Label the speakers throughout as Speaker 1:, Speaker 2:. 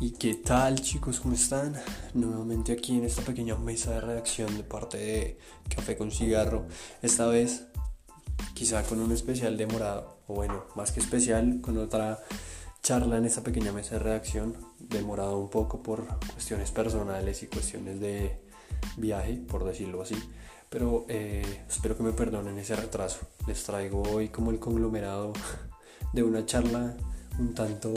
Speaker 1: ¿Y qué tal chicos? ¿Cómo están? Nuevamente aquí en esta pequeña mesa de redacción de parte de Café con Cigarro. Esta vez quizá con un especial de morado. O bueno, más que especial, con otra charla en esta pequeña mesa de redacción. Demorado un poco por cuestiones personales y cuestiones de viaje, por decirlo así. Pero eh, espero que me perdonen ese retraso. Les traigo hoy como el conglomerado de una charla un tanto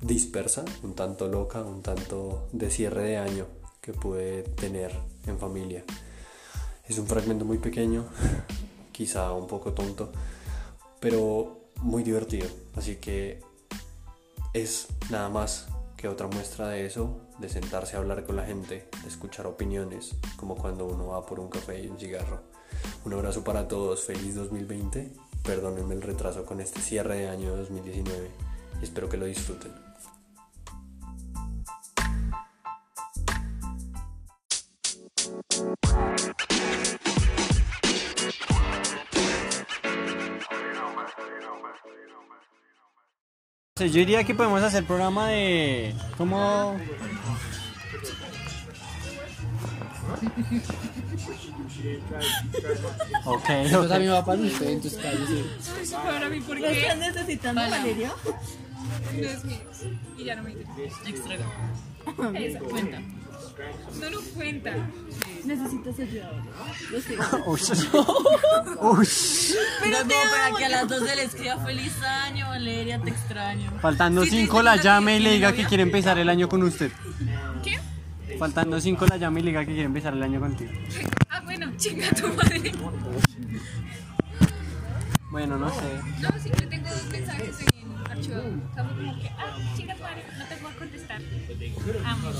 Speaker 1: dispersa, un tanto loca, un tanto de cierre de año que pude tener en familia. Es un fragmento muy pequeño, quizá un poco tonto, pero muy divertido. Así que es nada más que otra muestra de eso, de sentarse a hablar con la gente, de escuchar opiniones, como cuando uno va por un café y un cigarro. Un abrazo para todos, feliz 2020. Perdónenme el retraso con este cierre de año 2019 y espero que lo disfruten.
Speaker 2: Sí, Yo diría que podemos hacer programa de como Ok,
Speaker 3: Eso también va para usted, entonces cállese.
Speaker 4: Para mí, porque
Speaker 5: ¿Lo estás necesitando, Valeria?
Speaker 4: no es mío. Y ya no me interesa. Esa cuenta. No, no cuenta.
Speaker 5: Necesitas ayuda ahora. Lo sé.
Speaker 6: Pero
Speaker 5: no,
Speaker 6: te
Speaker 5: para
Speaker 6: amo,
Speaker 5: que a las dos se le escriba feliz año, Valeria, te extraño.
Speaker 2: faltando
Speaker 6: Sí, sí,
Speaker 2: cinco
Speaker 6: sí,
Speaker 2: la
Speaker 6: sí,
Speaker 2: llame y
Speaker 6: sí,
Speaker 2: le
Speaker 6: sí,
Speaker 2: diga
Speaker 6: novia.
Speaker 2: que quiere empezar el año con usted.
Speaker 4: ¿Qué?
Speaker 2: Faltando cinco la llame y le diga que quiere empezar el año contigo.
Speaker 4: Ah, bueno, chinga tu madre.
Speaker 2: Bueno, no sé.
Speaker 4: No, sí que tengo dos mensajes en archivado. Como como que, ah, chinga tu madre, no te puedo contestar. Amo.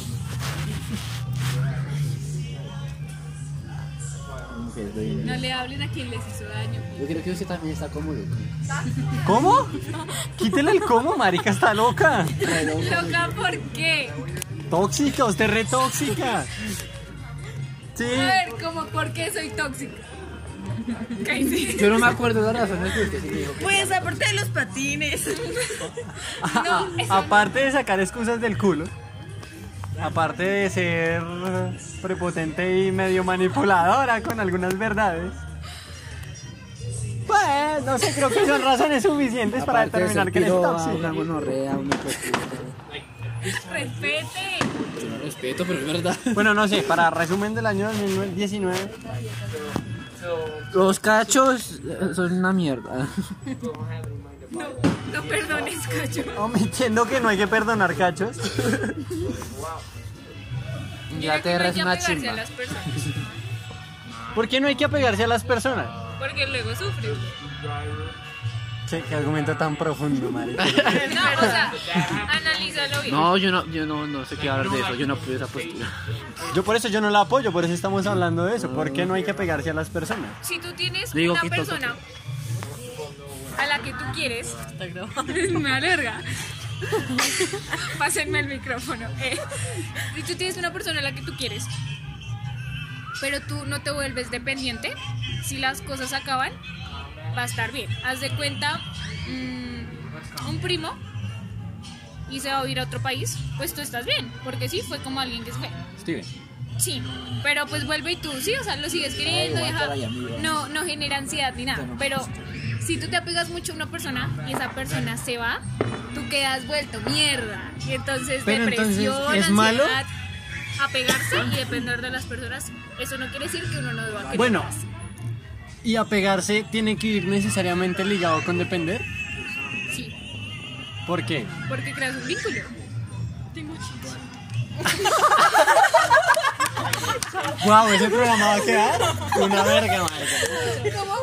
Speaker 4: No le hablen a quien les hizo daño.
Speaker 3: Yo creo que usted también está como loco.
Speaker 2: ¿Cómo? Quítele el cómo, marica, está loca.
Speaker 4: Loca, ¿por qué?
Speaker 2: Tóxica, usted es re tóxica. Sí.
Speaker 4: A ver, como, ¿por qué soy tóxica? Ok, sí.
Speaker 3: Yo no me acuerdo las razones que usted sí me dijo.
Speaker 6: Pues aparte de los patines.
Speaker 4: No, eso no.
Speaker 2: Aparte de sacar excusas del culo, aparte de ser prepotente y medio manipuladora con algunas verdades, pues no sé, creo que son razones suficientes para
Speaker 3: Aparte de
Speaker 2: determinar
Speaker 3: ser
Speaker 2: que eres
Speaker 3: piroa,
Speaker 2: tóxico.
Speaker 3: Una gonorrea, una hipoputa.
Speaker 4: Respete.
Speaker 3: Yo no respeto, pero es verdad.
Speaker 2: Bueno, no sé, para resumen del año 2019,
Speaker 3: Los cachos eh, son una mierda.
Speaker 4: No, no perdones, cacho.
Speaker 2: omitiendo que no hay que perdonar cachos,
Speaker 3: Inglaterra es
Speaker 4: Yo creo que no hay
Speaker 3: una
Speaker 4: que apegarse
Speaker 3: chimba.
Speaker 4: a las personas,
Speaker 2: ¿por qué no hay que apegarse a las personas?
Speaker 4: porque luego sufren.
Speaker 2: Che, qué argumento tan profundo, Mari.
Speaker 4: No, o sea, analízalo bien.
Speaker 3: No, yo no, yo no, no sé qué hablar de eso. Yo no pude esa postura.
Speaker 2: Yo por eso yo no la apoyo, por eso estamos hablando de eso, ¿por qué no hay que apegarse a las personas?
Speaker 4: Si tú tienes
Speaker 3: Digo
Speaker 4: una
Speaker 3: que tóxico.
Speaker 4: persona a la que tú quieres,
Speaker 5: Está
Speaker 4: me alarga. Pásenme el micrófono. eh. Si tú tienes una persona a la que tú quieres, pero tú no te vuelves dependiente, si las cosas acaban, va a estar bien. Haz de cuenta, mm, un primo y se va a ir a otro país, pues tú estás bien, porque sí, fue como alguien que se fue.
Speaker 3: Steven.
Speaker 4: Sí, pero pues vuelve y tú, sí, o sea, lo sigues queriendo,
Speaker 3: Ay,
Speaker 4: deja-
Speaker 3: guácala, amigo.
Speaker 4: no, no genera ansiedad ni nada, pero si tú te apegas mucho a una persona y esa persona se va, tú quedas vuelto mierda, y entonces
Speaker 2: Pero
Speaker 4: depresión,
Speaker 2: entonces, ¿es
Speaker 4: ansiedad,
Speaker 2: malo?
Speaker 4: apegarse y depender de las personas, eso no quiere decir que uno no deba querer
Speaker 2: Bueno.
Speaker 4: más.
Speaker 2: ¿Y apegarse tiene que ir necesariamente ligado con depender?
Speaker 4: sí,
Speaker 2: ¿Por qué?
Speaker 4: porque creas un vínculo. Tengo chicos.
Speaker 2: ¡Wow! Ese programa va a quedar una verga, marica.
Speaker 4: ¿Cómo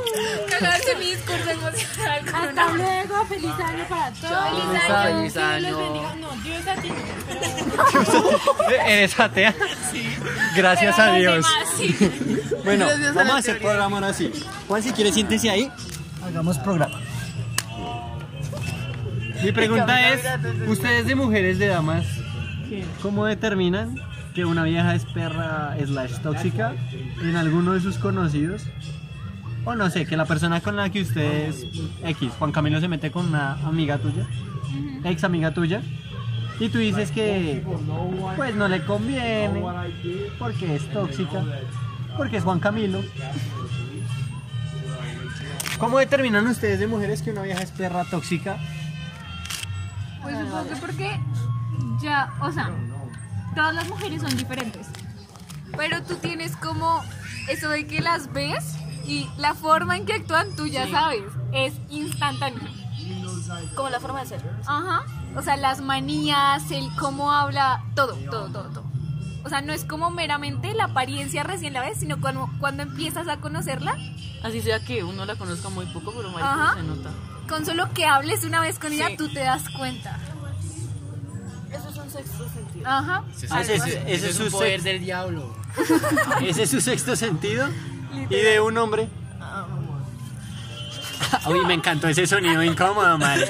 Speaker 4: cagarse mi discurso emocional? con una-
Speaker 5: Hasta luego, feliz año para todos.
Speaker 3: Feliz año, feliz año.
Speaker 5: Dios los bendiga. No, Dios a ti. pero-
Speaker 2: ¿Eres atea? Sí. Gracias
Speaker 4: Pero
Speaker 2: a
Speaker 4: los
Speaker 2: Dios.
Speaker 4: demás, sí.
Speaker 2: Bueno, vamos a hacer programa ahora sí. Juan, si quieres, siéntese ahí. Hagamos programa. Mi pregunta es, ¿ustedes de mujeres, de damas, cómo determinan que una vieja es perra slash tóxica en alguno de sus conocidos? O no sé, que la persona con la que ustedes, X, Juan Camilo se mete con una amiga tuya, ex amiga tuya, Y tú dices que pues no le conviene porque es tóxica, porque es Juan Camilo. ¿Cómo determinan ustedes de mujeres que una vieja es perra tóxica?
Speaker 4: Pues supongo que porque ya, o sea, todas las mujeres son diferentes. Pero tú tienes como eso de que las ves y la forma en que actúan tú ya sabes, es instantáneo.
Speaker 6: Como la forma de ser.
Speaker 4: Ajá. O sea, las manías, el cómo habla, todo, todo, todo, todo. O sea, no es como meramente la apariencia recién la ves, sino cuando, cuando empiezas a conocerla,
Speaker 5: Así sea que uno la conozca muy poco, pero
Speaker 4: Ajá.
Speaker 5: marica se nota.
Speaker 4: con solo que hables una vez con ella,
Speaker 6: Sí.
Speaker 4: tú te das cuenta.
Speaker 6: Eso es un sexto sentido.
Speaker 4: Ajá.
Speaker 2: Ah, ese, ese- ese es su sexto,
Speaker 3: del diablo.
Speaker 2: ese es su sexto sentido. Y de un hombre. Ah, Uy, me encantó ese sonido incómodo, madre.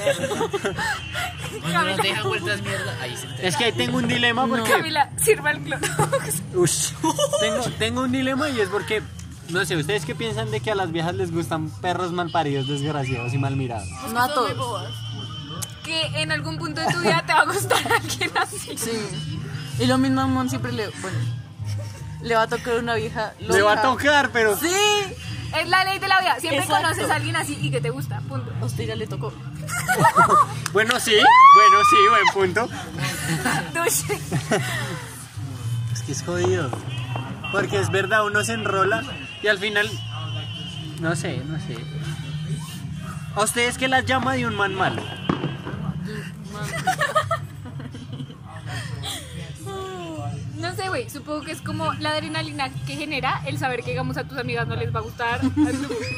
Speaker 3: Cuando nos deja vueltas mierda, ahí se entera.
Speaker 2: Es que ahí tengo un dilema porque.
Speaker 4: Camila, sirva el cloro.
Speaker 2: Ush. tengo, tengo un dilema y es porque, no sé, ¿ustedes qué piensan de que a las viejas les gustan perros malparidos, desgraciados y mal mirados?
Speaker 6: No a todos.
Speaker 4: que en algún punto de tu vida te va a gustar alguien así.
Speaker 5: Sí.
Speaker 6: Y lo mismo a Mon siempre le. Bueno. Le va a tocar una vieja.
Speaker 2: Le va a
Speaker 6: loca.
Speaker 2: tocar, pero.
Speaker 6: Sí.
Speaker 4: Es la ley de la vida. Siempre
Speaker 6: Exacto.
Speaker 4: conoces a alguien así y que te gusta. Punto.
Speaker 6: A usted ya le tocó.
Speaker 2: Bueno, sí, bueno, sí, buen punto.
Speaker 4: Dush.
Speaker 2: Es que es jodido. Porque es verdad, uno se enrola y al final. No sé, no sé. ¿A ustedes qué las llama de un man malo?
Speaker 4: No sé, güey. Supongo que es como la adrenalina que genera el saber que, digamos, a tus amigas no les va a gustar. a tu-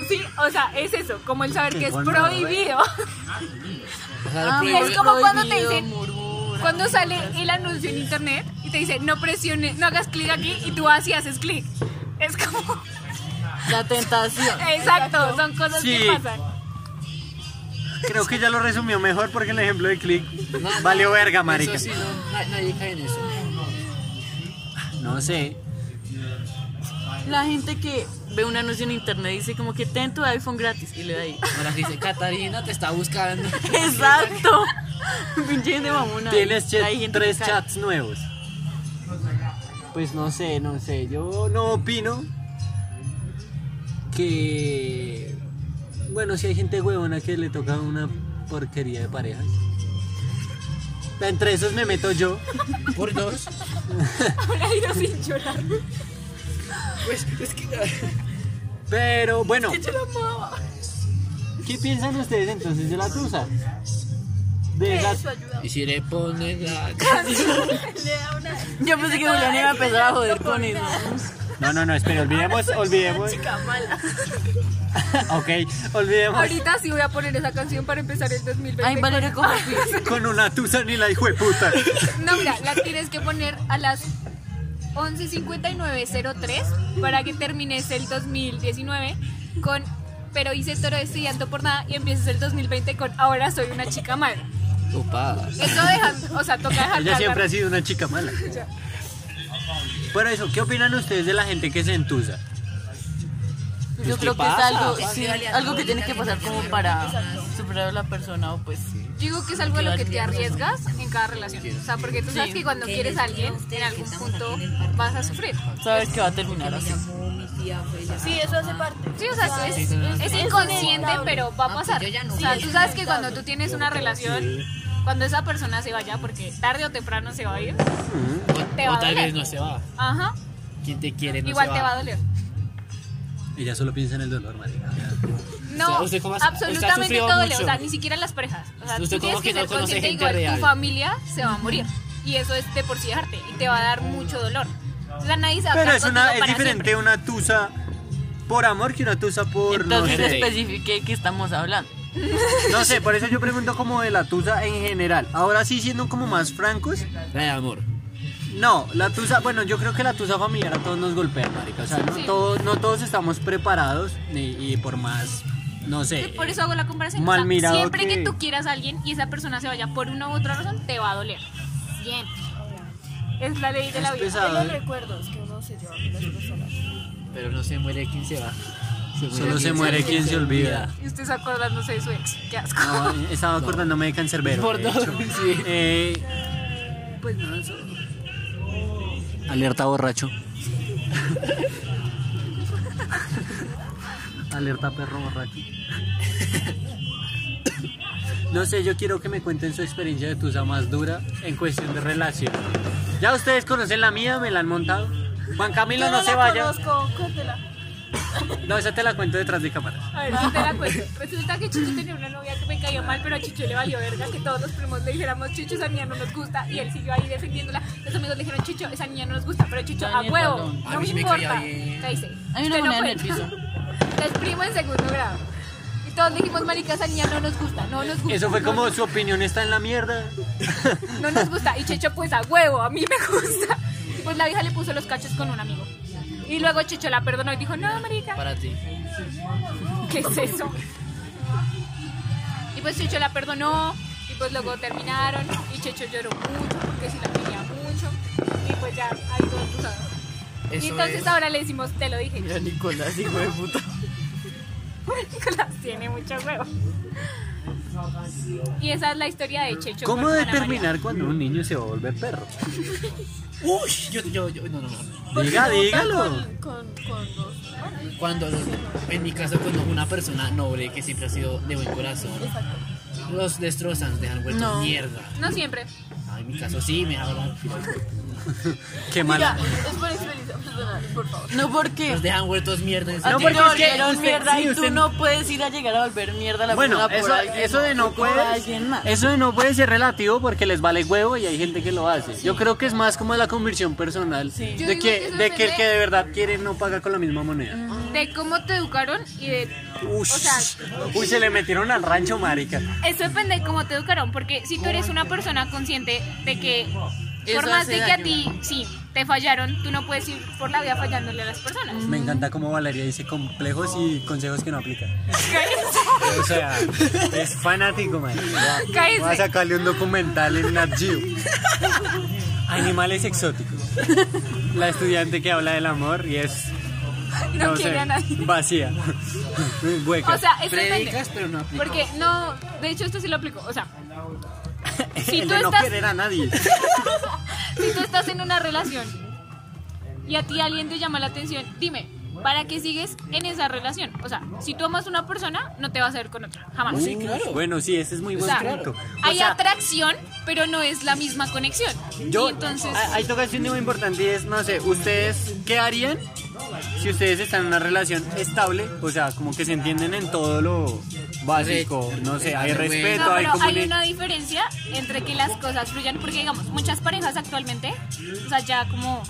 Speaker 4: Sí, o sea, es eso. Como el saber que es
Speaker 2: Bueno,
Speaker 4: prohibido.
Speaker 3: O
Speaker 2: Ah,
Speaker 3: sea,
Speaker 5: Ah,
Speaker 3: lo
Speaker 2: pues,
Speaker 3: prohibido-
Speaker 4: es como cuando te
Speaker 6: Prohibido,
Speaker 4: dicen-
Speaker 6: murmura.
Speaker 4: Cuando sale el anuncio en internet y te dice, no presiones, no hagas clic aquí y tú así haces clic. Es como.
Speaker 6: La tentación.
Speaker 4: Exacto, son cosas
Speaker 2: Sí.
Speaker 4: que pasan.
Speaker 2: Creo que ya lo resumió mejor porque el ejemplo de Click
Speaker 3: No, no,
Speaker 2: valió verga,
Speaker 3: eso
Speaker 2: marica.
Speaker 3: sí, no, na- nadie cae en eso.
Speaker 2: No sé.
Speaker 5: La gente que ve un anuncio en internet dice como que ten tu iPhone gratis y le da ahí.
Speaker 3: Ahora dice, Catarina te está buscando.
Speaker 5: Exacto. Pinche de mamona.
Speaker 2: Tienes chat-
Speaker 5: Hay gente
Speaker 2: tres
Speaker 5: que cae.
Speaker 2: chats nuevos. Pues no sé, no sé. Yo no opino que. Bueno, si hay gente huevona que le toca una porquería de parejas. Entre esos me meto yo.
Speaker 3: Por dos.
Speaker 4: Ahora ido sin llorar.
Speaker 3: Pues es que.
Speaker 2: Pero bueno. ¿Qué piensan ustedes entonces de la tusa? De esas-
Speaker 3: Y si le pones la.
Speaker 5: Yo pensé que Julián iba a empezar a joder con eso.
Speaker 2: No, no, no, espera, olvidemos, olvidemos. ok, olvidemos.
Speaker 4: Ahorita sí voy a poner esa canción para empezar el 2020.
Speaker 5: Ay, Valeria, ¿cómo
Speaker 2: Con una tusa ni la hijo de puta.
Speaker 4: No, mira, la tienes que poner a las 11.59.03 para que termines el 2019 con Pero hice todo estudiando por nada y empieces el 2020 con Ahora soy una chica mala.
Speaker 3: Opa.
Speaker 4: Eso deja, o sea, toca dejar
Speaker 2: Ella siempre ha
Speaker 4: calmar.
Speaker 2: sido una chica mala. Pero eso, ¿qué opinan ustedes de la gente que se entusa?
Speaker 5: Yo
Speaker 3: ¿qué
Speaker 5: creo que
Speaker 3: pasa?
Speaker 5: es algo, sí, algo que tiene que pasar como para superar a la persona o pues...
Speaker 4: Yo digo que es algo de lo que te arriesgas en cada relación. O sea, porque tú sabes que cuando quieres a alguien, en algún punto vas a sufrir.
Speaker 5: Sabes que va a terminar así.
Speaker 6: Sí, eso hace parte.
Speaker 4: Sí, Ah, pues o sea, es, es inconsciente, pero va a pasar. O sea, tú sabes que cuando tú tienes una relación, cuando esa persona se vaya, porque tarde o temprano se va a ir, te va
Speaker 3: O
Speaker 4: a
Speaker 3: tal
Speaker 4: doler.
Speaker 3: vez no se va.
Speaker 4: Ajá,
Speaker 3: Quien te quiere no
Speaker 4: igual
Speaker 3: se va.
Speaker 4: te va a doler.
Speaker 2: Ella solo piensa en el dolor, marica.
Speaker 4: No,
Speaker 3: usted cómo hace- usted ha
Speaker 4: absolutamente
Speaker 3: sufrido
Speaker 4: todo, le- o
Speaker 3: mucho.
Speaker 4: sea, ni siquiera las parejas. O sea,
Speaker 3: Usted
Speaker 4: tú
Speaker 3: como
Speaker 4: tienes que,
Speaker 3: que no
Speaker 4: ser
Speaker 3: conoce
Speaker 4: consciente
Speaker 3: gente
Speaker 4: igual,
Speaker 3: real.
Speaker 4: tu familia se va a morir. Y eso es de por sí dejarte, y te va a dar mucho dolor. O sea, nadie se va a
Speaker 2: Pero
Speaker 4: quedar
Speaker 2: es, una,
Speaker 4: contigo
Speaker 2: es
Speaker 4: para
Speaker 2: diferente
Speaker 4: siempre.
Speaker 2: una tusa por amor que una tusa por
Speaker 5: Entonces
Speaker 2: no sé.
Speaker 5: especifiqué que estamos hablando.
Speaker 2: No sé, por eso yo pregunto como de la tusa en general. Ahora sí, siendo como más francos,
Speaker 3: La de amor.
Speaker 2: No, la tusa, bueno, yo creo que la tusa familiar a todos nos golpea, marica. O sea, no, todos, no todos estamos preparados y, y por más, no sé.
Speaker 4: Sí, Por eso hago la comparación.
Speaker 2: Mal
Speaker 4: O sea,
Speaker 2: mirado
Speaker 4: siempre que...
Speaker 2: que-
Speaker 4: tú quieras a alguien y esa persona se vaya por una u otra razón, te va a doler. Bien. Es la ley de la
Speaker 2: es
Speaker 4: vida.
Speaker 2: pesado, ¿eh?
Speaker 6: recuerdos que uno se lleva con las personas.
Speaker 3: Pero no se muere quien se va.
Speaker 2: Solo se muere quien se olvida.
Speaker 4: Y usted está acordándose de su ex. Qué asco.
Speaker 2: No, estaba acordándome de Cancerbero.
Speaker 3: Por
Speaker 2: de
Speaker 3: dos,
Speaker 2: hecho.
Speaker 3: sí.
Speaker 2: Eh, pues no, eso. Alerta borracho. Alerta perro borracho. No sé, yo quiero que me cuenten su experiencia de tusa más dura en cuestión de relación. Ya ustedes conocen la mía, me la han montado. Juan Camilo,
Speaker 6: Yo
Speaker 2: no,
Speaker 6: no
Speaker 2: se
Speaker 6: la
Speaker 2: vaya.
Speaker 6: conozco, cuéntela.
Speaker 2: No, esa te la cuento detrás de cámara.
Speaker 4: A ver, yo te la cuento. Resulta que Chicho tenía una novia que me cayó mal, pero a Chicho le valió verga que todos los primos le dijéramos, Chicho, esa niña no nos gusta. Y él siguió ahí defendiéndola. Los amigos le dijeron, Chicho, esa niña no nos gusta, pero Chicho, a
Speaker 5: Daniel
Speaker 4: huevo,
Speaker 5: Perdón.
Speaker 3: A
Speaker 4: no
Speaker 3: mí
Speaker 4: me
Speaker 3: sí me caía
Speaker 4: importa.
Speaker 3: bien.
Speaker 4: Te dice,
Speaker 5: Hay una
Speaker 4: "Usted no
Speaker 5: moneda en el
Speaker 4: cuenta".
Speaker 5: piso.
Speaker 4: Es primo en segundo grado. Y todos le dijimos, marica, esa niña no nos gusta, no nos gusta.
Speaker 2: Eso fue
Speaker 4: no
Speaker 2: como
Speaker 4: nos-
Speaker 2: su opinión está en la mierda.
Speaker 4: No nos gusta. Y Chicho, pues a huevo, a mí me gusta. Y pues la vieja le puso los cachos con un amigo. Y luego Chicho la perdonó y dijo, no, marica,
Speaker 3: Para ti.
Speaker 4: ¿Qué es eso? Y pues Checho la perdonó y pues luego terminaron y Checho lloró mucho porque sí la quería mucho y pues ya ahí todo cruzado. Y
Speaker 3: Eso
Speaker 4: entonces
Speaker 3: es.
Speaker 4: ahora le decimos, te lo dije,
Speaker 5: Mira, Nicolás, hijo de puta.
Speaker 4: Nicolás tiene mucho huevo. Y esa es la historia de Checho.
Speaker 2: ¿Cómo
Speaker 4: con Ana
Speaker 2: determinar cuando un niño se va a volver perro?
Speaker 3: Uy, yo, yo, yo, no, no, no.
Speaker 2: Diga, dígalo.
Speaker 6: Con, con, con los-
Speaker 3: Cuando, los- en mi caso, cuando una persona noble que siempre ha sido de buen corazón, los destrozan, los dejan vueltos
Speaker 5: No.
Speaker 3: mierda.
Speaker 4: María. No siempre.
Speaker 3: Ah, en mi caso sí, me hablan.
Speaker 2: Qué
Speaker 6: Mira,
Speaker 2: mala.
Speaker 6: es por experiencia personal, por favor.
Speaker 5: No, porque.
Speaker 3: Los dejan vueltos mierda. en
Speaker 5: No,
Speaker 3: serio.
Speaker 5: porque
Speaker 2: porque es que
Speaker 5: volvieron
Speaker 2: usted-
Speaker 5: mierda
Speaker 2: sí,
Speaker 5: y tú
Speaker 2: usted-
Speaker 5: no puedes ir a llegar a volver mierda la
Speaker 2: Bueno,
Speaker 5: persona por
Speaker 2: eso,
Speaker 5: alguien,
Speaker 2: eso de no
Speaker 5: o por
Speaker 2: puedes,
Speaker 5: alguien más.
Speaker 2: eso de no puede ser relativo porque les vale huevo y hay gente que lo hace. Yo creo que es más como la conversión personal
Speaker 4: Yo
Speaker 2: de
Speaker 4: digo que
Speaker 2: que,
Speaker 4: eso
Speaker 2: de que el
Speaker 4: depende-
Speaker 2: que de verdad quiere no paga con la misma moneda.
Speaker 4: De cómo te educaron y de... O
Speaker 2: Ush.
Speaker 4: sea,
Speaker 2: Uy, se le metieron al rancho, marica.
Speaker 4: eso depende de cómo te educaron, porque si tú eres una persona consciente de que...
Speaker 5: Eso
Speaker 4: por más
Speaker 5: hace
Speaker 4: de que a
Speaker 5: daño.
Speaker 4: ti, sí, te fallaron, tú no puedes ir por la vida fallándole a las personas.
Speaker 2: Me encanta cómo Valeria dice complejos y consejos que no aplica. O sea, es fanático, man.
Speaker 4: Cállese.
Speaker 2: Voy a sacarle un documental en Nat Geo. Animales exóticos. La estudiante que habla del amor y es
Speaker 4: No quiere a nadie.
Speaker 2: vacía. Hueca.
Speaker 4: O sea, eso
Speaker 3: Predicas,
Speaker 4: depende.
Speaker 3: pero no aplicas.
Speaker 4: Porque no, de hecho esto sí lo aplico. O sea, si
Speaker 2: El
Speaker 4: tú
Speaker 2: de no
Speaker 4: estás-
Speaker 2: querer a nadie.
Speaker 4: si tú estás en una relación y a ti alguien te llama la atención, dime, ¿para qué sigues en esa relación? O sea, si tú amas a una persona, no te vas a ver con otra, jamás.
Speaker 3: Sí, claro.
Speaker 2: Bueno, sí, ese es muy
Speaker 4: O
Speaker 2: buen
Speaker 4: sea,
Speaker 2: punto. O
Speaker 4: hay
Speaker 2: sea,
Speaker 4: atracción, pero no es la misma conexión.
Speaker 2: Yo,
Speaker 4: y entonces,
Speaker 2: hay- hay tocación muy importante y es, no sé, ¿ustedes qué harían si ustedes están en una relación estable? O sea, como que se entienden en todo lo básico, no sé, hay
Speaker 3: Bueno.
Speaker 2: respeto,
Speaker 4: no,
Speaker 2: hay
Speaker 4: pero hay
Speaker 2: comunicación.
Speaker 4: una diferencia entre que las cosas fluyan, porque digamos, muchas parejas actualmente, o sea, ya como,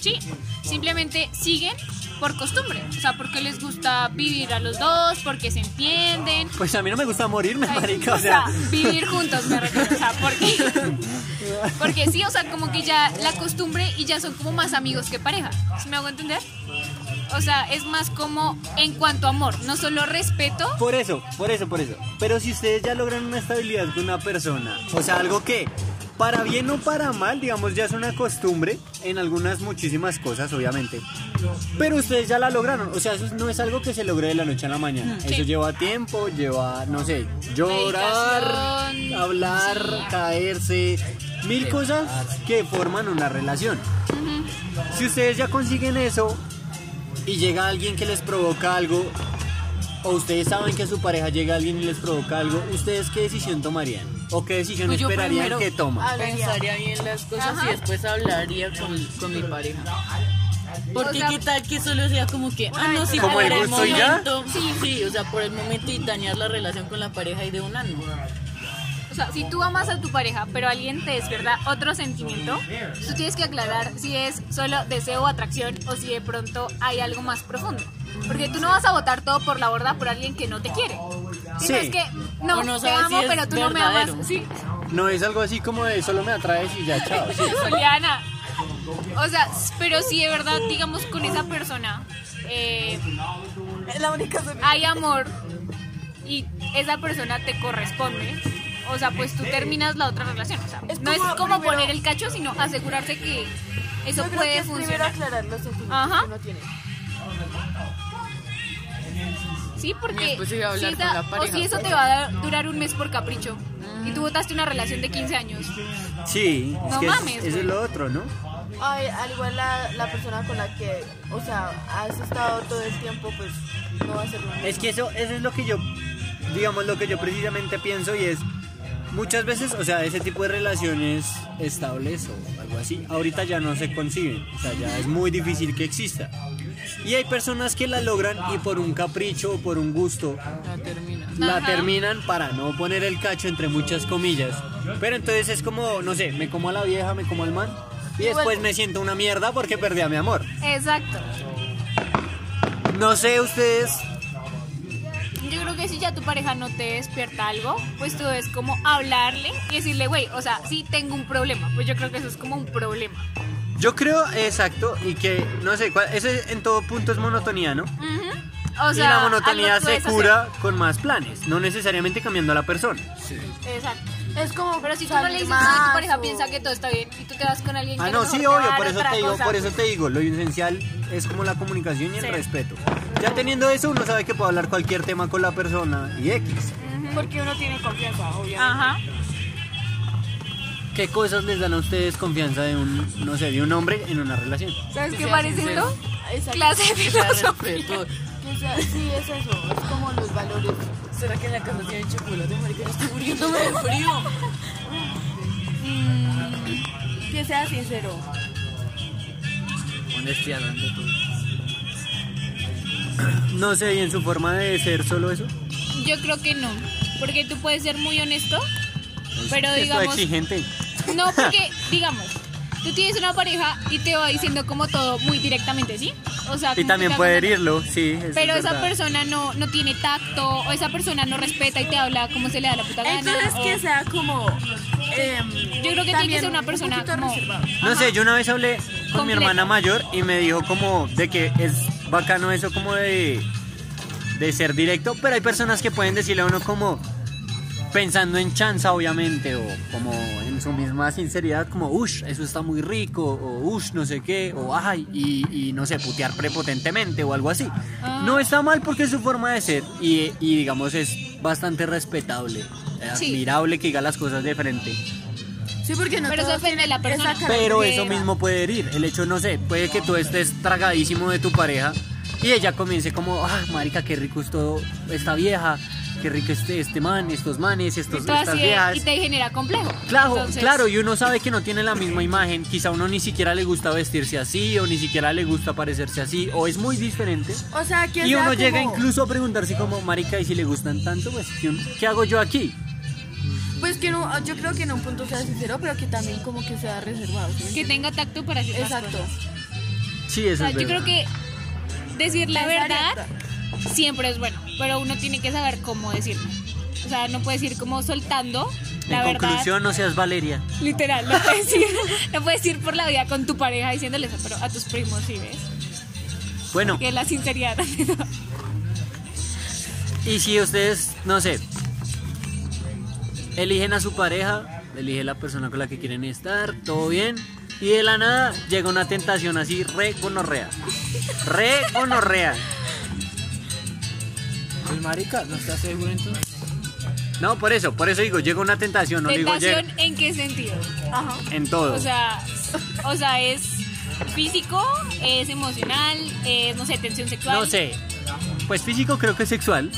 Speaker 4: sí, simplemente siguen por costumbre, o sea, porque les gusta vivir a los dos, porque se entienden.
Speaker 2: Pues a mí no me gusta morirme,
Speaker 4: Ay,
Speaker 2: marica, o sea...
Speaker 4: vivir juntos, me refiero, o sea, porque, porque sí, o sea, como que ya la costumbre y ya son como más amigos que pareja, ¿sí me hago entender? O sea, es más como en cuanto a amor, no solo respeto,
Speaker 2: Por eso, por eso, por eso. Pero si ustedes ya logran una estabilidad con una persona, o sea, algo que para bien o para mal, digamos, ya es una costumbre en algunas muchísimas cosas, obviamente. Pero ustedes ya la lograron, o sea, eso no es algo que se logre de la noche a la mañana.
Speaker 4: Mm, sí.
Speaker 2: Eso lleva tiempo, lleva, no sé, llorar,
Speaker 4: Meditación,
Speaker 2: hablar,
Speaker 4: sí.
Speaker 2: caerse, mil cosas que forman una relación. Si ustedes ya consiguen eso y llega alguien que les provoca algo, o ustedes saben que a su pareja llega alguien y les provoca algo, ¿ustedes qué decisión tomarían? ¿O qué decisión
Speaker 5: Pues yo
Speaker 2: esperarían
Speaker 5: primero
Speaker 2: que toman?
Speaker 5: Pensaría bien las cosas
Speaker 4: Ajá.
Speaker 5: y después hablaría con, con mi pareja.
Speaker 4: O
Speaker 5: Porque
Speaker 4: sea-
Speaker 5: qué tal que solo sea como que, ah, no, sí,
Speaker 2: ¿Como
Speaker 5: por
Speaker 2: el gusto y ya?
Speaker 5: momento. Sí, sí, o sea, por el momento y dañar la relación con la pareja y de un año.
Speaker 4: O sea, si tú amas a tu pareja, pero alguien te despierta otro sentimiento, tú tienes que aclarar si es solo deseo o atracción o si de pronto hay algo más profundo. Porque tú no vas a votar todo por la borda por alguien que no te quiere.
Speaker 2: Sí.
Speaker 4: Sino es que, no,
Speaker 5: O no
Speaker 4: te
Speaker 5: sabes
Speaker 4: amo,
Speaker 5: si es
Speaker 4: pero tú no me
Speaker 5: verdadero.
Speaker 4: amas. Sí,
Speaker 2: No es algo así como de solo me atraes y ya, chao.
Speaker 4: Juliana. O sea, pero si de verdad, digamos, con esa persona eh,
Speaker 6: Es la única solución.
Speaker 4: hay amor y esa persona te corresponde, o sea, pues tú terminas la otra relación. O sea,
Speaker 6: Es
Speaker 4: no es
Speaker 6: como
Speaker 4: como
Speaker 6: primero-
Speaker 4: poner el cacho, sino asegurarse que
Speaker 6: Yo
Speaker 4: eso
Speaker 6: creo que
Speaker 4: puede
Speaker 6: es primero
Speaker 4: funcionar.
Speaker 6: aclarar los sentimientos
Speaker 4: Ajá.
Speaker 6: que uno tiene.
Speaker 4: Sí,
Speaker 5: Y
Speaker 4: porque
Speaker 5: después ir a
Speaker 4: si
Speaker 5: hablar
Speaker 4: esa-
Speaker 5: con la
Speaker 4: o
Speaker 5: pareja.
Speaker 2: pues.
Speaker 4: si eso te va a dar- durar un mes por capricho, Y
Speaker 6: Mm.
Speaker 4: tú votaste una relación de 15 años.
Speaker 2: Sí, es
Speaker 4: No
Speaker 2: que es-
Speaker 4: mames,
Speaker 2: eso es
Speaker 4: güey.
Speaker 2: lo otro, ¿no?
Speaker 7: Ay, al igual la, la persona con la que, o sea, has estado todo el tiempo, pues no va a ser lo mismo.
Speaker 2: Es que eso, eso es lo que yo, digamos, lo que yo precisamente pienso y es, muchas veces, o sea, ese tipo de relaciones estables o algo así, ahorita ya no se conciben, o sea, ya es muy difícil que exista. Y hay personas que la logran y por un capricho o por un gusto
Speaker 5: La termina.
Speaker 2: la
Speaker 4: Ajá.
Speaker 2: terminan para no poner el cacho entre muchas comillas. Pero entonces es como, no sé, me como a la vieja, me como al man y después me siento una mierda porque perdí a mi amor.
Speaker 4: Exacto.
Speaker 2: No sé ustedes,
Speaker 4: Yo creo que si ya tu pareja no te despierta algo, pues tú es como hablarle y decirle, güey, o sea, sí tengo un problema. Pues yo creo que eso es como un problema.
Speaker 2: yo creo exacto y que, no sé, cuál- eso en todo punto es monotonía, ¿no?
Speaker 4: Ujú. O sea,
Speaker 2: y la
Speaker 4: algo
Speaker 2: monotonía se
Speaker 4: puedes hacer.
Speaker 2: cura con más planes, no necesariamente cambiando a la persona.
Speaker 4: Exacto. Es como, pero si tú no
Speaker 7: salir
Speaker 4: le dices nada a tu
Speaker 7: más
Speaker 4: pareja,
Speaker 7: o-
Speaker 4: piensa que todo está bien y tú te vas con alguien que
Speaker 2: Ah,
Speaker 4: a
Speaker 2: no,
Speaker 4: lo mejor
Speaker 2: sí,
Speaker 4: te va a
Speaker 2: obvio,
Speaker 4: dar
Speaker 2: por eso
Speaker 4: otra
Speaker 2: te digo,
Speaker 4: cosa. pues.
Speaker 2: por eso te digo, lo esencial es como la comunicación y el
Speaker 4: Sí.
Speaker 2: respeto. Ya teniendo eso, uno sabe que puede hablar cualquier tema con la persona y X.
Speaker 7: Porque uno tiene confianza, obviamente.
Speaker 4: Ajá.
Speaker 2: ¿Qué cosas les dan a ustedes confianza de un, no sé, de un hombre en una relación?
Speaker 4: ¿Sabes
Speaker 5: Que
Speaker 4: qué
Speaker 5: sea
Speaker 4: parece
Speaker 5: sincero.
Speaker 4: esto?
Speaker 7: Exacto.
Speaker 4: Ah, Clase de
Speaker 5: Que sea
Speaker 4: filosofía.
Speaker 5: respetuoso.
Speaker 7: Que sea- sí, es eso, es como los valores.
Speaker 5: ¿Será que en la casa tiene chocolate? Marica, yo estoy muriéndome de frío.
Speaker 4: Mm,
Speaker 7: Que sea sincero.
Speaker 3: Honestidad ante todo.
Speaker 2: No sé, ¿y en su forma de ser solo eso?
Speaker 4: Yo creo que no, porque tú puedes ser muy honesto, pero
Speaker 2: ¿Es todo
Speaker 4: digamos,
Speaker 2: exigente.
Speaker 4: no, porque digamos, tú tienes una pareja y te va diciendo como todo muy directamente, ¿sí? O sea,
Speaker 2: Y
Speaker 4: como
Speaker 2: también
Speaker 4: que
Speaker 2: puede
Speaker 4: te-
Speaker 2: herirlo, sí. eso es
Speaker 4: Pero esa
Speaker 2: verdad.
Speaker 4: persona no, no tiene tacto, o esa persona no respeta y te habla como se le da la puta gana.
Speaker 7: Entonces,
Speaker 4: o-
Speaker 7: que sea como. em,
Speaker 4: Yo creo que tiene que
Speaker 7: también
Speaker 4: ser una
Speaker 7: un
Speaker 4: persona
Speaker 7: poquito
Speaker 4: como...
Speaker 7: reservada.
Speaker 2: No sé, yo una vez hablé con mi
Speaker 4: Completo.
Speaker 2: hermana mayor y me dijo como de que es bacano eso como de, de ser directo, pero hay personas que pueden decirle a uno como pensando en chanza obviamente o como en su misma sinceridad como ush, eso está muy rico o ush, no sé qué o ay y, y no sé, putear prepotentemente o algo así.
Speaker 4: Ah.
Speaker 2: No está mal porque es su forma de ser y, y digamos es bastante respetable,
Speaker 4: Sí.
Speaker 2: admirable que diga las cosas de frente.
Speaker 7: Sí, porque no
Speaker 4: Pero eso
Speaker 7: todos
Speaker 4: depende de la
Speaker 7: tienen
Speaker 4: persona.
Speaker 7: esa
Speaker 2: Pero
Speaker 7: característica.
Speaker 2: eso mismo puede herir. El hecho, no sé, puede que tú estés tragadísimo de tu pareja y ella comience como, ah, marica, qué rico es todo, esta vieja, qué rico este, este man, estos manes, estos,
Speaker 4: Tú así
Speaker 2: estas
Speaker 4: de-
Speaker 2: viejas.
Speaker 4: y te genera complejo.
Speaker 2: Claro,
Speaker 4: Entonces,
Speaker 2: claro, y uno sabe que no tiene la misma imagen, quizá uno ni siquiera le gusta vestirse así, o ni siquiera le gusta parecerse así, o es muy diferente.
Speaker 7: O sea, que
Speaker 2: Y
Speaker 7: sea
Speaker 2: uno llega
Speaker 7: como-
Speaker 2: incluso a preguntarse como, marica, y si le gustan tanto, pues, ¿qué, qué hago yo aquí?
Speaker 7: Pues que no, yo creo que en un punto sea sincero, pero que también como que sea reservado. ¿sí?
Speaker 4: Que tenga tacto para hacer
Speaker 7: Exacto.
Speaker 2: Sí,
Speaker 4: O
Speaker 2: eso
Speaker 4: sea,
Speaker 2: es
Speaker 4: yo
Speaker 2: verdad.
Speaker 4: creo que decir la
Speaker 7: Esa
Speaker 4: verdad
Speaker 7: neta.
Speaker 4: siempre es bueno, pero uno tiene que saber cómo decirlo. O sea, no puedes ir como soltando la
Speaker 2: En
Speaker 4: verdad.
Speaker 2: conclusión, no seas Valeria.
Speaker 4: Literal, no puedes, ir, no puedes ir por la vida con tu pareja diciéndole eso, pero a tus primos sí ves.
Speaker 2: Bueno.
Speaker 4: Que es la sinceridad.
Speaker 2: Y si ustedes, no sé, eligen a su pareja, elige la persona con la que quieren estar, todo bien. Y de la nada llega una tentación así, re gonorrea. Re gonorrea.
Speaker 3: El Pues, marica, ¿no estás seguro entonces?
Speaker 2: No, por eso, por eso digo, llega una tentación, no digo
Speaker 4: ¿Tentación
Speaker 2: llega
Speaker 4: en qué sentido?
Speaker 2: en todo.
Speaker 4: O sea, o sea, es físico, es emocional, es, no sé, tensión sexual.
Speaker 2: no sé. Pues físico creo que sexual.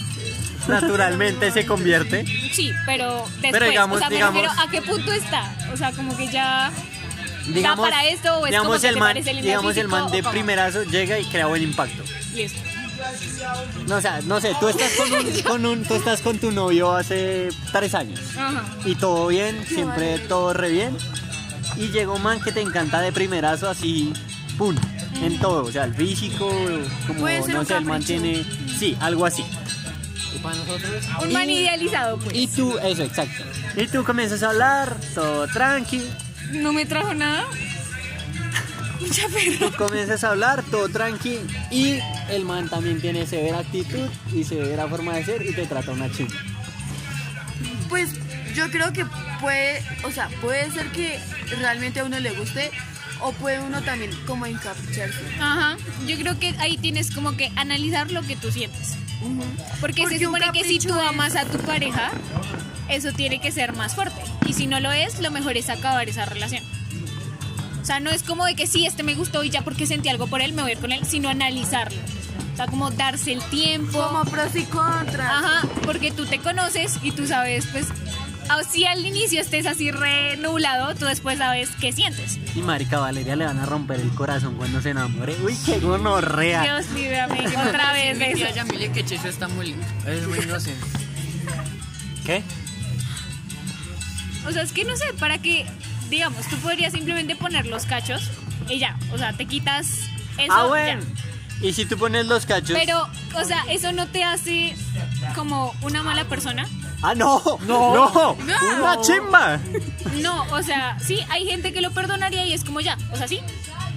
Speaker 2: Naturalmente se convierte.
Speaker 4: Sí, pero después,
Speaker 2: digamos-
Speaker 4: o sea, me
Speaker 2: digamos-
Speaker 4: refiero a qué punto está. O sea, como que ya
Speaker 2: Digamos,
Speaker 4: para esto o es
Speaker 2: digamos
Speaker 4: como que
Speaker 2: el
Speaker 4: se
Speaker 2: man,
Speaker 4: parece lindo al
Speaker 2: digamos el
Speaker 4: físico,
Speaker 2: man de
Speaker 4: ¿o cómo?
Speaker 2: primerazo llega y crea buen impacto.
Speaker 4: listo.
Speaker 2: No, o sea, no sé, tú estás con, un, con un- tú estás con tu novio hace tres años
Speaker 4: Ajá.
Speaker 2: y todo bien, siempre todo re bien. Y llega un man que te encanta de primerazo así, pum, en todo, o sea, el físico, como
Speaker 7: Puede ser
Speaker 2: no
Speaker 7: un
Speaker 2: sé, el man
Speaker 7: capricho.
Speaker 2: tiene, sí, algo así.
Speaker 3: Y para nosotros,
Speaker 4: Un man idealizado, pues.
Speaker 2: Y tú, eso, exacto. Y tú comienzas a hablar, todo tranqui,
Speaker 4: No me trajo nada. Mucha pena.
Speaker 2: tú comienzas a hablar, todo tranqui. Y el man también tiene severa actitud y severa forma de ser y te trata una chica.
Speaker 7: Pues yo creo que puede, o sea, puede ser que realmente a uno le guste o puede uno también como encapricharse.
Speaker 4: Ajá. Yo creo que ahí tienes como que analizar lo que tú sientes. Porque,
Speaker 7: Porque
Speaker 4: se supone
Speaker 7: un
Speaker 4: que si tú
Speaker 7: capricho es-
Speaker 4: amas a tu pareja, eso tiene que ser más fuerte. Y si no lo es, lo mejor es acabar esa relación. O sea, no es como de que sí, este me gustó y ya porque sentí algo por él, me voy a ir con él, sino analizarlo. O sea, como darse el tiempo.
Speaker 7: Como pros y contras.
Speaker 4: Ajá, porque tú te conoces y tú sabes, pues, así al inicio estés así re nublado, tú después sabes qué sientes.
Speaker 2: Y marica Valeria le van a romper el corazón cuando se enamore. Uy, qué gonorrea.
Speaker 4: Dios líbrame otra vez de
Speaker 3: Mi tía
Speaker 4: eso.
Speaker 3: Yamile que Checho está muy es muy inocente.
Speaker 2: ¿Qué?
Speaker 4: O sea, es que no sé, para que, digamos, tú podrías simplemente poner los cachos y ya. O sea, te quitas eso.
Speaker 2: ah,
Speaker 4: ya.
Speaker 2: bueno. Y si tú pones los cachos.
Speaker 4: Pero, o sea, eso no te hace como una mala persona.
Speaker 2: ¡Ah, no! ¡No! ¡No! ¡Una chimba!
Speaker 4: No, o sea, sí, hay gente que lo perdonaría y es como ya, o sea, sí.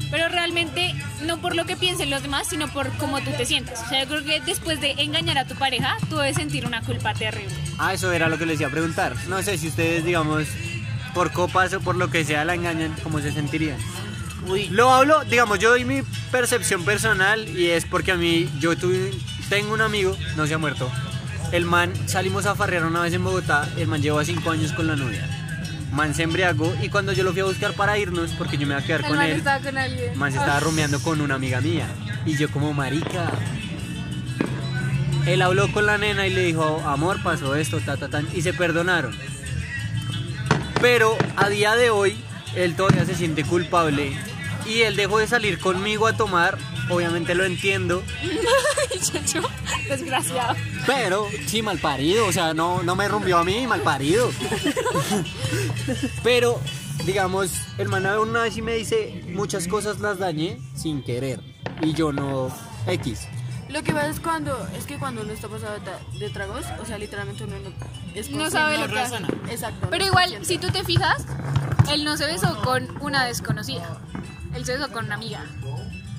Speaker 4: Pero realmente no por lo que piensen los demás, sino por cómo tú te sientas. O sea, yo creo que después de engañar a tu pareja, tú debes sentir una culpa terrible.
Speaker 2: Ah, eso era lo que les iba a preguntar. No sé si ustedes, digamos, por copas o por lo que sea la engañan, ¿cómo se sentirían? Lo hablo, digamos, yo doy mi percepción personal y es porque a mí, yo tuve, tengo un amigo, no se ha muerto. El man, salimos a farrear una vez en Bogotá, el man lleva cinco años con la novia. Man se embriagó y cuando yo lo fui a buscar para irnos, porque yo me iba a quedar
Speaker 7: El
Speaker 2: con
Speaker 7: man
Speaker 2: él,
Speaker 7: estaba con alguien.
Speaker 2: man se estaba rumeando con una amiga mía. Y yo como marica. Él habló con la nena y le dijo, amor, pasó esto, ta, ta, tan. Y se perdonaron. Pero a día de hoy, él todavía se siente culpable. Y él dejó de salir conmigo a tomar. Obviamente lo entiendo.
Speaker 4: Chacho, desgraciado.
Speaker 2: Pero, sí, mal parido, o sea, no, no me rompió a mí, mal parido. Pero, digamos, el man una vez sí me dice, muchas cosas las dañé sin querer. Y yo no, X.
Speaker 7: Lo que pasa es cuando es que cuando uno está pasado de, tra- de tragos, o sea, literalmente uno no es
Speaker 4: No
Speaker 7: consciente.
Speaker 4: sabe lo que hace.
Speaker 7: Exacto.
Speaker 4: Pero
Speaker 7: no es
Speaker 4: igual,
Speaker 7: consciente.
Speaker 4: si tú te fijas, él no se besó con una desconocida. Él se besó con una amiga.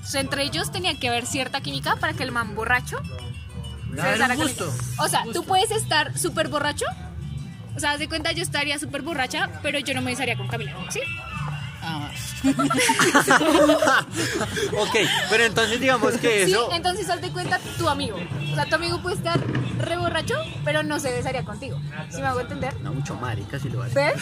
Speaker 4: O sea, entre ellos tenía que haber cierta química para que el man borracho
Speaker 2: Ah,
Speaker 4: se
Speaker 3: Era
Speaker 4: besara
Speaker 3: un
Speaker 4: con
Speaker 3: gusto,
Speaker 4: ella. O sea, tú puedes estar súper borracho. O sea, haz de cuenta, yo estaría súper borracha, pero yo no me besaría con Camila, ¿sí?
Speaker 3: Ah,
Speaker 2: Ok, pero entonces digamos que eso...
Speaker 4: Sí, entonces haz de cuenta tu amigo. O sea, tu amigo puede estar re borracho, pero no se besaría contigo. ¿Sí me hago entender?
Speaker 2: No, mucho marica si lo hace.
Speaker 4: ¿Ves?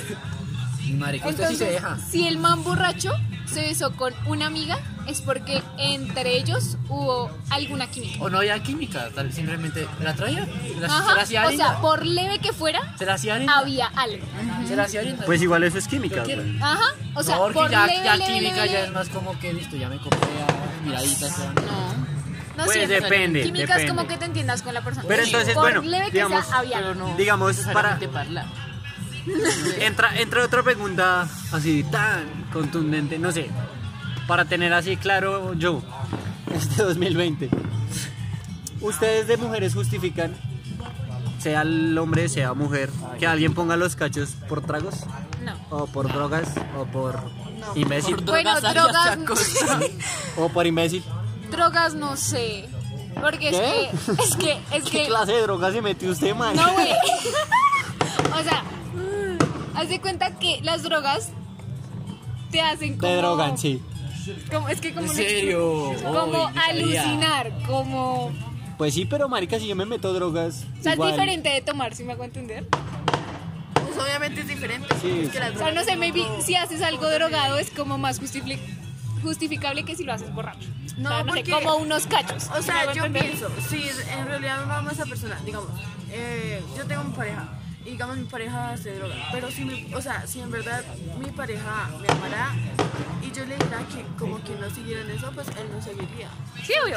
Speaker 3: marica, usted sí se
Speaker 4: Entonces,
Speaker 3: deja.
Speaker 4: si el man borracho se besó con una amiga, es porque entre ellos hubo alguna química.
Speaker 3: O no había química, tal vez simplemente la traía. ¿Se la- se la
Speaker 4: Ajá,
Speaker 3: hacía
Speaker 4: O sea,
Speaker 3: harina?
Speaker 4: por leve que fuera,
Speaker 3: ¿Se la hacía harina?
Speaker 4: había algo.
Speaker 3: ¿Se la hacía harina?
Speaker 2: Pues igual eso es química,
Speaker 3: Cualquiera.
Speaker 2: güey.
Speaker 4: Ajá, o sea,
Speaker 3: no, porque
Speaker 4: por
Speaker 3: ya,
Speaker 4: leve,
Speaker 3: ya
Speaker 4: leve,
Speaker 3: química
Speaker 4: leve,
Speaker 3: ya
Speaker 4: leve.
Speaker 3: es más como que listo, ya me compré a miraditas. ya.
Speaker 4: No
Speaker 2: Pues
Speaker 4: siempre.
Speaker 2: depende,
Speaker 4: Química es como
Speaker 2: depende.
Speaker 4: que te entiendas con la persona.
Speaker 2: Pero entonces,
Speaker 4: por
Speaker 2: bueno,
Speaker 4: leve que
Speaker 2: digamos,
Speaker 4: sea, había algo.
Speaker 2: digamos, para,
Speaker 5: Necesariamente parla.
Speaker 2: Entra, entra otra pregunta así tan contundente, no sé, para tener así claro yo, este 2020. Ustedes de mujeres justifican, sea el hombre, sea mujer, que alguien ponga los cachos por tragos,
Speaker 4: No.
Speaker 2: o por drogas, o por imbécil,
Speaker 5: por
Speaker 4: Bueno,
Speaker 5: Drogas,
Speaker 4: drogas,
Speaker 5: alias, acoso.
Speaker 2: o por imbécil.
Speaker 4: drogas no sé. Porque es
Speaker 2: ¿Qué?
Speaker 4: que, es que, es
Speaker 2: ¿Qué
Speaker 4: que,
Speaker 2: clase de droga se metió usted, man?
Speaker 4: No, güey. o sea, haz de cuenta que las drogas te hacen como.
Speaker 2: Te drogan, sí.
Speaker 4: como- es que como.
Speaker 3: ¿En
Speaker 4: no explico.
Speaker 3: serio?
Speaker 4: Como
Speaker 3: Uy, no sabía.
Speaker 4: alucinar, como. O
Speaker 2: Pues sí, pero marica, si yo me meto drogas,
Speaker 4: sea,
Speaker 2: igual.
Speaker 4: es diferente de tomar, si me hago entender.
Speaker 7: Pues obviamente es diferente.
Speaker 2: Sí,
Speaker 7: es que las
Speaker 4: O sea, no sé, maybe si haces algo drogado es como más justifi- justificable que si lo haces borracho.
Speaker 7: No,
Speaker 4: o sea, no sé,
Speaker 7: porque-
Speaker 4: como unos cachos.
Speaker 7: O
Speaker 4: ¿me hago
Speaker 7: sea, yo
Speaker 4: entender?
Speaker 7: pienso, si en realidad vamos a esa persona, digamos, eh, yo tengo mi pareja y digamos mi pareja se droga, pero si, mi- o sea, si en verdad mi pareja me amará y yo le dijera que como que no siguieran eso, pues él no seguiría.
Speaker 4: Sí, obvio.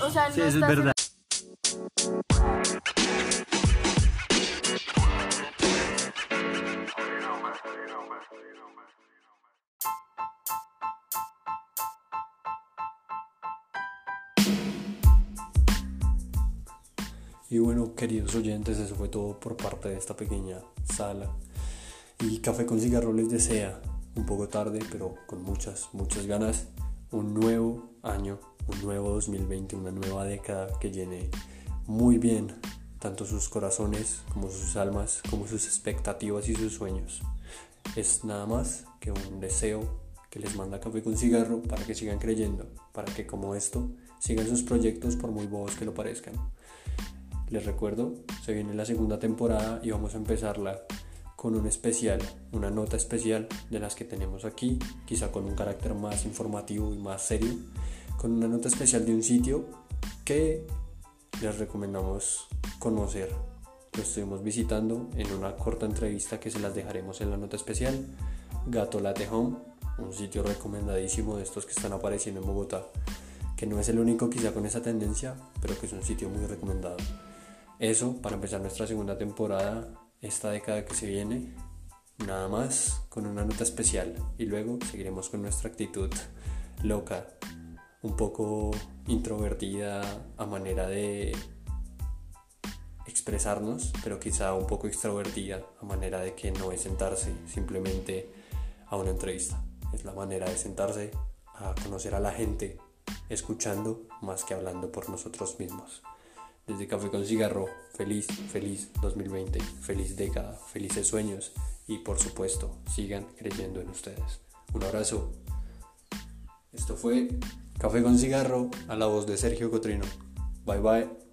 Speaker 7: O sea, él
Speaker 2: Sí,
Speaker 7: no
Speaker 2: eso es
Speaker 7: está
Speaker 2: verdad.
Speaker 1: Y bueno, queridos oyentes, eso fue todo por parte de esta pequeña sala. Y Café con Cigarro les desea, un poco tarde, pero con muchas, muchas ganas, un nuevo año, un nuevo 2020, una nueva década que llene muy bien tanto sus corazones como sus almas, como sus expectativas y sus sueños. Es nada más que un deseo que les manda Café con Cigarro para que sigan creyendo, para que como esto sigan sus proyectos por muy bobos que lo parezcan. Les recuerdo, se viene la segunda temporada y vamos a empezarla con un especial, una nota especial de las que tenemos aquí, quizá con un carácter más informativo y más serio, con una nota especial de un sitio que les recomendamos conocer. Lo estuvimos visitando en una corta entrevista que se las dejaremos en la nota especial. Gato Latte Home, un sitio recomendadísimo de estos que están apareciendo en Bogotá, que no es el único quizá con esa tendencia, pero que es un sitio muy recomendado. Eso para empezar nuestra segunda temporada, esta década que se viene, nada más con una nota especial y luego seguiremos con nuestra actitud loca, un poco introvertida a manera de expresarnos, pero quizá un poco extrovertida a manera de que no es sentarse simplemente a una entrevista. Es la manera de sentarse a conocer a la gente escuchando más que hablando por nosotros mismos. Desde Café con Cigarro, feliz, feliz 2020, feliz década, felices sueños y por supuesto sigan creyendo en ustedes. Un abrazo. Esto fue Café con Cigarro a la voz de Sergio Cotrino. Bye bye.